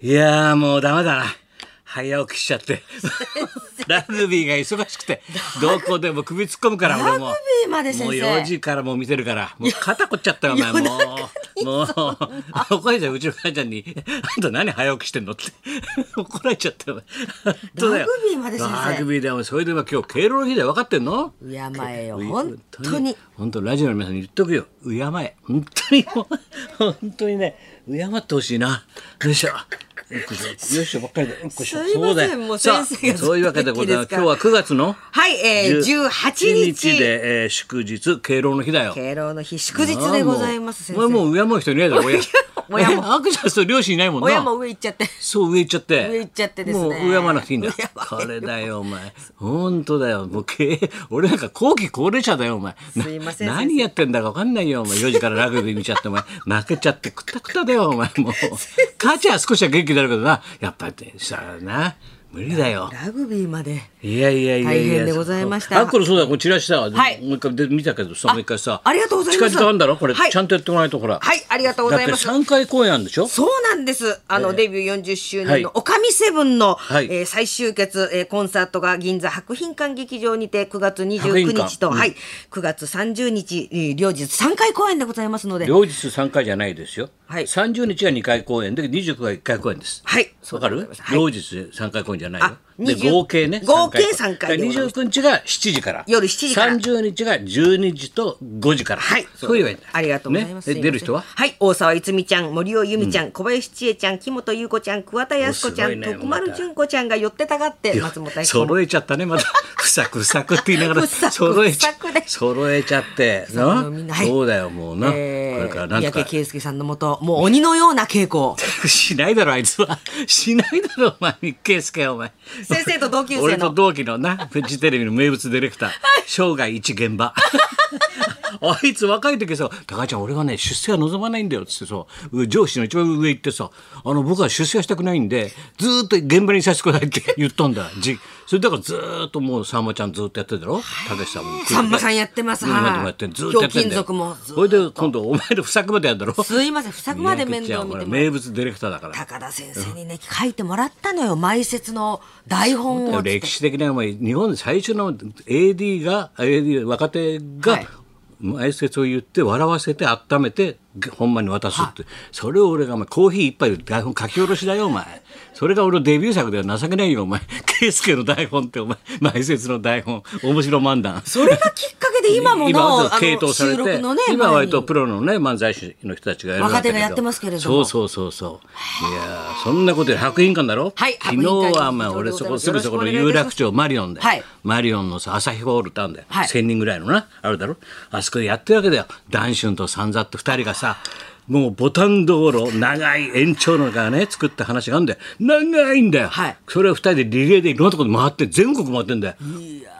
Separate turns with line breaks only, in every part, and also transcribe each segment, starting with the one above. いやーもうダメだな。早起きしちゃって。ラグビーが忙しくて、どこでも首突っ込むから、俺も。
ラグビーまで先生
もう4時からもう見てるから、もう肩こっちゃったよ、お前。もう、もう、怒られちゃう、うちの母ちゃんに、あんた何早起きしてんのって。怒られちゃったよ。本当だよ
ラグビーまで先生
ラグビーだよ。それでは今日、敬老の日で分かってんの
敬えよ本当に
本当ラジオの皆さんに言っとくよ敬え本当にもう本当にね敬ってほしいなよいしょよいしょよいしょばっかりでよいしょ
すいません
そうだよ
もう
さあ
先生が
そういうわけでございます
ずっと元気ですか
今
ら
日は9月の
はいえー
10
18日
で、えー祝日敬老の日だよ
敬老の日祝日でございます先
お前も
生
う敬う人いないだろ親
親 も
え赤ちゃんそう両親いないもんな
親も上行っちゃ って
そう上行っちゃって
上行っちゃってですね
もう上まなくていいんだ
上山
これだよお前本当だよもうけ俺なんか後期高齢者だよお前な
すいません先生
何やってんだか分かんないよお前4時からラグビー見ちゃってお前泣けちゃってくたくただよ お前もう母ちゃんは少しは元気になるけどなやっぱりさあな無理だよ
ラグビーまで
いやいやいやいや
大変でございました
あこれそうだこれチラシさ、
はい
もう一回で見たけどさもう一回さ
ありがとうございます
近々あんだろこれ、
はい
ちゃんとやってもらないとほら
はいありがとうございます
だって3回公演あるんでしょ
そうなんです。あの、デビュー40周
は
年
い
のおかみセブンの、
はい
えー最終決、えーコンサートが銀座博品館劇場にて9月
博品
29
館
日と、
うん
はい、9月30日、えー両日3回公演でございますので、
両日3回じゃないですよ、
はい
30日が2回公演で29が1回公演です
はい、
わかる、
はい
両日3回公演じゃないよ
あ
で
20
合計ね
合計3回でございます
29日が7時から
夜7時から
30日が12時と5時から
はい、
そう言えばいいんだ
ありがとうございます。
ね、で
すいません
出る人は
はい、大沢いつみちゃん、森尾由美ちゃん、小林千恵ちゃん、木本優子ちゃん、桑田靖子ちゃ
おす
ん、
ごいね
徳丸純子ちゃんが寄ってたがって、松本明子も
揃えちゃったねま たふさくふさくって言いながら
ふさく
揃えちゃ
ふさくで
揃えちゃって
あの
な
みんなはい
そうだよもうな、
えー
これからなん
三
と
宅
か
圭介さんのもと、もう鬼のような稽古を。
しないだろあいつはしないだろお前日経すけお前
先生と同級生の
俺と同期のなフジテレビの名物ディレ クター生涯一現場あいつ若い時さ「高橋ちゃん俺はね出世は望まないんだよ」っつってさ上司の一番上行ってさ「あの僕は出世はしたくないんでずーっと現場にさせてください」って 言ったんだじそれだからずーっともうさんまちゃんずーっとやってるだろたけしさんも
さんまさんやってます
うん今でも
はい
やってるずーっとやってんだよ
ひょうきん族もずーっと
それで今度お前の不作までやるんだろ
すいません、不作まで面倒見てもらって
名物ディレクターだから
高田先生にね書いてもらったのよ埋設の台本をつって
歴史的なお前日本で最初の AD が AD 若手
は
が
い
前説を言って笑わせて温めて本番に渡すって、それを俺がお前コーヒー一杯で台本書き下ろしだよお前それが俺のデビュー作では情けないよお前圭介の台本ってお前前説の台本面白漫談
それがきっかけで今も
今
の
は系統され
収録
て、
のね
今は割と
前に
プロのね漫才師の人たちがやるわけだけど
若手がやってますけれども
そうそうそうそういやーそんなことより博品館だろ、
はい
昨日はまあ
博
俺
品館
そこ
よろしく
すぐそこの有楽町マリオンで、
はい
マリオンのさ朝日ホールってあるんだよ、
はい
1000人ぐらいのなあるだろあそこでやってるわけだよ談春と三座って2人がさもうボタン道路長い延長のがね作った話があるんだよ長いんだよ、
はい
それを2人でリレーでいろんなところ回って全国回ってんだよ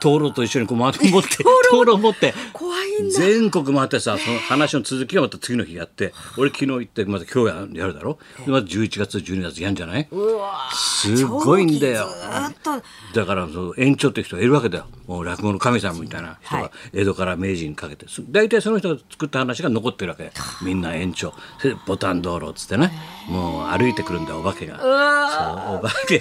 灯籠と一緒にこう回って持って灯籠持って
怖いんだ
全国回ってさその話の続きがまた次の日や って俺昨日行ってまた今日ややるだろでまた11月12月やんじゃないう
わ
すごいんだよ
長期ずーっと
だからその園長って人がいるわけだよもう落語の神様みたいな人
はい
が江戸から明治にかけてす大体その人が作った話が残ってるわけみんな園長それでボタン道路っつってねもう歩いてくるんだよお化けがそうお化け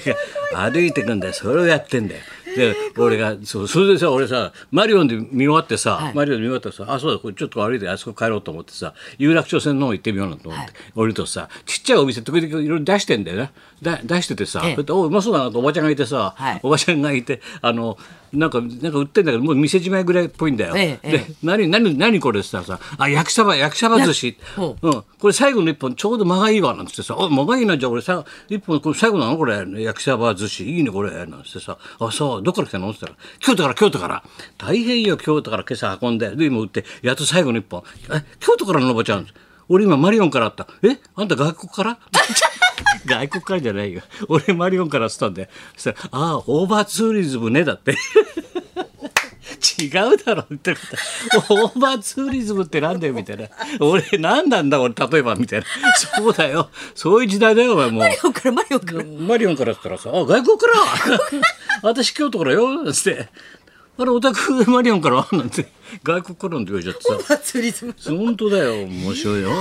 が歩いてくんだよそれをやってんだよで俺がそうそれでさ俺さマリオンで見終わってさ、マリオンで見終わってさあそうだこれちょっと歩いてあそこ帰ろうと思ってさ有楽町線の方行ってみようなと思って、俺とさちっちゃいお店時々いろいろ出してんだよねだ出しててさ、
ええ
それでおうまそうだなとおばちゃんがいてさ、
はい
おばちゃんがいてあのなんかなんか売ってんだけどもう店じまいぐらいっぽいんだよ。
えええ
で何何何これって言ったらさ「あ焼きそば焼きそば寿司」
ほ
うんこれ最後の一本ちょうど間がいいわ」なんつってさ「あ間がいいなじゃあ俺さ一本これ最後なのこれ焼きそば寿司いいねこれ」なんつってさ「あそうどっから来たの?」って言ったら「京都から京都から大変よ京都から今朝運んでで今売ってやっと最後の一本え京都からのおばちゃん俺今マリオンからあったえあんた外国から?」 外国からじゃないよ俺マリオンからっつったんでそしたら「ああオーバーツーリズムね」だって。違うだろみたいなオーバーツーリズムってなんだよみたいな俺何なんだ俺例えばみたいなそうだよそういう時代だよお前も
マリオンからマリオンから
うマリオンからっつったらさ「あ外国から私京都からよ」つって。あれオタクマリオンからなんて外国からのって言われちゃってさ
祭り相撲
本当だよ面白いよい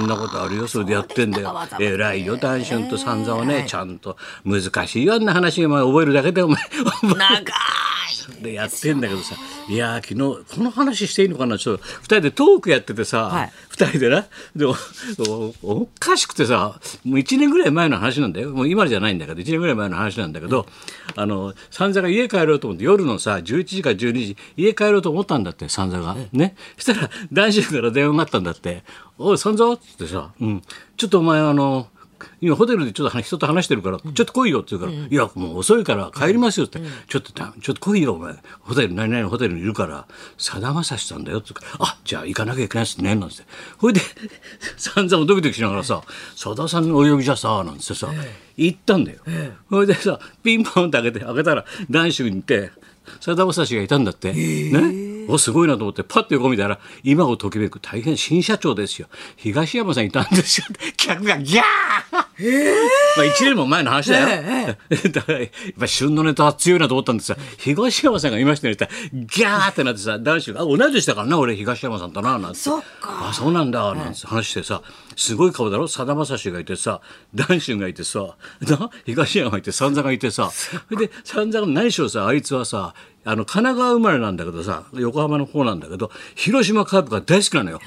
ろんなことあるよそれでやってんだよ
わざわざ
偉いよ短春と散々はねちゃんと難しいよあんな話お前覚えるだけでお前
長い
でやってんだけどさいやー昨日この話していいのかなちょっと2人でトークやってて
は
さ、
い
二2人でなでおおおかしくてさもう1年ぐらい前の話なんだよもう今じゃないんだけど1年ぐらい前の話なんだけど、あの三座が家帰ろうと思って夜のさ11時か12時家帰ろうと思ったんだって三座がねそしたら男子から電話があったんだって「おい三座」っつってさ、うん「ちょっとお前あの今ホテルでちょっと話人と話してるから、ちょっと来いよって言うから、いや、もう遅いから帰りますよって、ちょっとだ、ちょっと来いよ、お前。ホテル、何々のホテルにいるから、さだまさしさんだよって言うから、あ、じゃあ行かなきゃいけないですね、なんつって。ほいで、 散々ドキドキしながらさ、さださんのお呼びじゃさ、なんつってさ、行ったんだよ。ほいでさ、ピンポンって開けて、開けたら、男子にいて、さだまさしがいたんだって。ねおすごいなと思ってパッと横見たら今をときめく大変新社長ですよ東山さんいたんですよ客がギャーまあ1年も前の話だよ、 だからやっぱ旬のネタは強いなと思ったんですが東山さんがいましたねって言ったらギャーってなってさ男子があ同い年だからな俺東山さんだななんて
そっか
あそうなんだなんて話してさすごい顔だろさだまさしがいてさ男子がいてさな東山がいて三座がいてさそれで三座が何しろさあいつはさあの神奈川生まれなんだけどさ横浜の方なんだけど広島カープが大好きなのよ。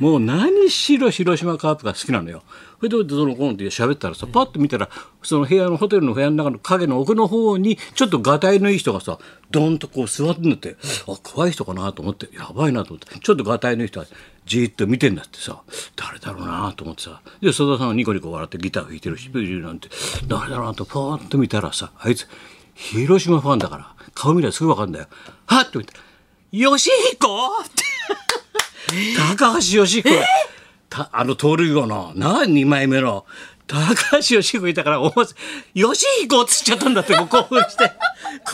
もう何しろ広島カープが好きなのよ。それでどの子のって喋ったらさパッと見たらその部屋のホテルの部屋の中の影の奥の方にちょっとがたいのいい人がさドンとこう座ってんだってあ怖い人かなと思ってやばいなと思ってちょっとがたいのいい人がじーっと見てんだってさ誰だろうなと思ってさで佐田さんがニコニコ笑ってギター弾いてるしビリビリなんて誰だろうなとパーッと見たらさあいつ広島ファンだから顔見りゃすぐ分かるんだよ。はっと見たら「吉彦!」って。高橋よしこ、たあの盗塁後のな2枚目の高橋よしこいたから思わず「よしひこ」っつっちゃったんだってもう興奮して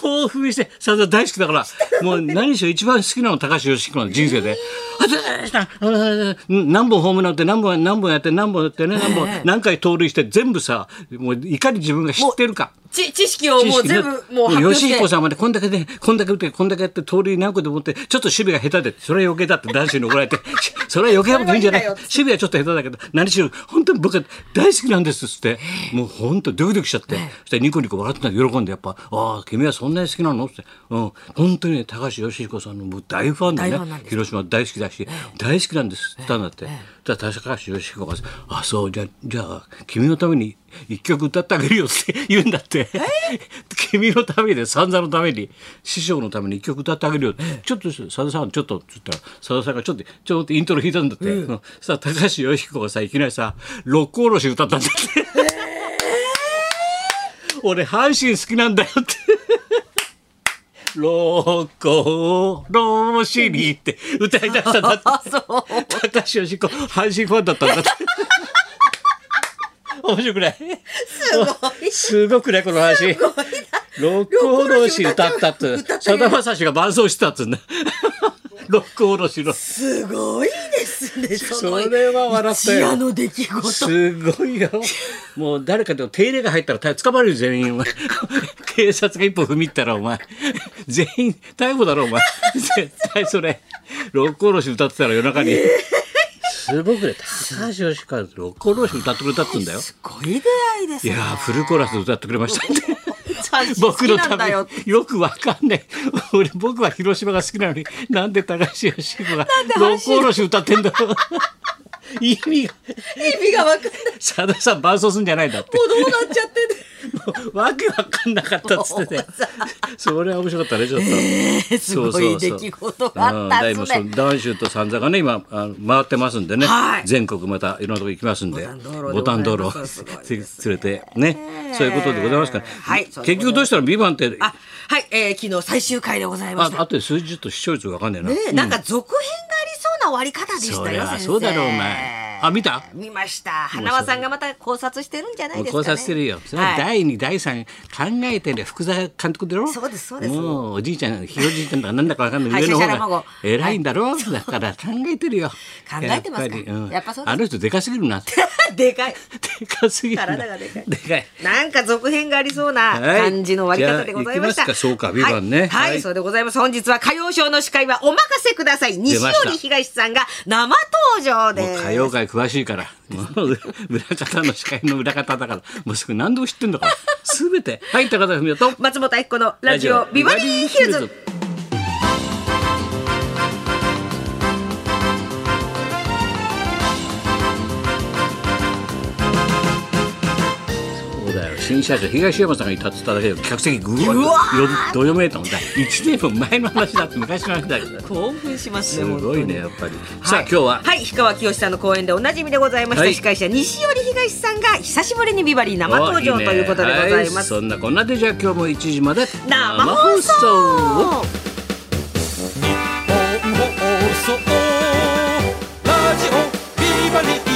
興奮してさぞ大好きだからもう何しろ一番好きなの高橋よしこの人生で「あずーしたうん何本ホームラン打って何本何本やって何本やってね何本何回盗塁して全部さもういかに自分が知ってるか。
ち知識をもう全部もう発
吉
表して
彦さんまでこんだけで、こんだけ打って、こんだけやって、盗塁何個でもって、ちょっと守備が下手で、それは余計だって男子に怒られて、 しそれは余計なこといいんじゃない
それはいいんだよ
守備はちょっと下手だけど、何しろ、本当に僕は大好きなんですっつって、もう本当ドキドキしちゃって、そしてニコニコ笑ってたの喜んで、やっぱ、ああ、君はそんなに好きなのって、うん、本当にね、高橋義彦さんのもう大ファンで
大ファンな
ね
んで、す
広島大好きだし、大好きなんですって言ったんだって。だから高橋義彦が、あ、そう、じゃあ、じゃあ、君のために一曲歌ってあげるよって言うんだって。 君のためで、三座のために、師匠のために一曲歌ってあげるよって。ちょっと、さださん、ちょっと、つったら、さださんがちょっと、ちょっとイントロ弾いたんだって。うんそしたら高橋義彦がさ、いきなりさ、六甲おろし歌ったんだって。俺、阪神好きなんだよって。 ロコロシリって歌い出したんだって。
あそう
高橋よしこ阪神ファンだったんだって。 面白くない
すごい
すごくないこの話。六甲おろし歌ったって
歌った、け
さ
ど
だまさしが伴奏してたっつうんだ。 六甲おろしの。
すごいですねその
それは笑ったよ
一夜の出来事
すごいよ。もう誰かでも手入れが入ったら逮捕捕まれる全員お前 警察が一歩踏み入ったらお前全員逮捕だろお前絶対それ六甲おろし歌ってたら夜中に。すごくね高橋よしか六甲おろし歌ってくれたっつうんだよ。
すごい出会いです
い
ね
やーフルコーラスで歌ってくれま したって僕
僕の
の
た
た
め
め
よ
によくわかんない俺僕は広島が好きなのになんで高橋由伸が「
で
六甲おろし」歌ってんだろう意味が
意味が分かんない
さださん伴奏すんじゃないんだって
もうどうなっちゃってん だ
わけわかんなかったっつって て、それは面白かったねちょっと、
すごい出来事があったんですね
うんだからもうその男子と三座がね今あの回ってますんでね、
はい
全国またいろんなとこ行きますんで
五
五
反
反
道
道
路で
路
ご
を
ざいます
連れてねそういうことでございますから、
はいそうで
結
ご
局
ざいます
どうしたの「ビバンって
あはい、えー、昨日最終回でございま
あ
した
あとで数字と視聴率わかんねえな、
ねえなんか続編がありそうな終わり方でしたよ、
そりゃ
先生
そうだろうお前あ見た
見ました。花輪さんがまた考察してるんじゃないですか、ね。
考察してるよ。それ
は
はい第二、第三考えてる福沢監督だろ。
そうですそうです
もうおじいちゃん、ひろじいちゃんとかなんだかわかんな
はい
い。上の
シャシャラ
方
孫
が偉いんだろ。だから考えてるよ。
考えてま
や
すか
っぱりうん
やっぱそうです
あの人でかすぎるな。で
でかい。
かすぎるな。
体がでかい
でかい。
なんか続編がありそうな
はい
感じの終わり方でございました。
じゃあ行きますかそうかビバンね
はい、はい
はい
そうでございます。本日は歌謡賞の司会はお任せください。西
ました
織東さんが生登場
もう
です。
歌謡界詳しいから、もう裏方の司会の裏方だから、もうすぐ何でも知ってんだから、すべて入った方文夫と。
松本明子のラジオビバリーヒルズ。
そうだよ新社長東山さんが立ってただけで客席ぐわ
うわー
ーっとどよめいたもんだ1年も前の話だって昔の話だけど
興奮します
す
ね。本当
ごい
に
ねやっぱり、さあ今日は、
はい、氷川きよしさんの講演でおなじみでございました、
はい
司会者西寄り東さんが久しぶりにビバリー生登場
ね
ということでございま
は
す。
そんなこんなでじゃあ今日も1時まで
生放
生
送。
日本放送ラジオビバリー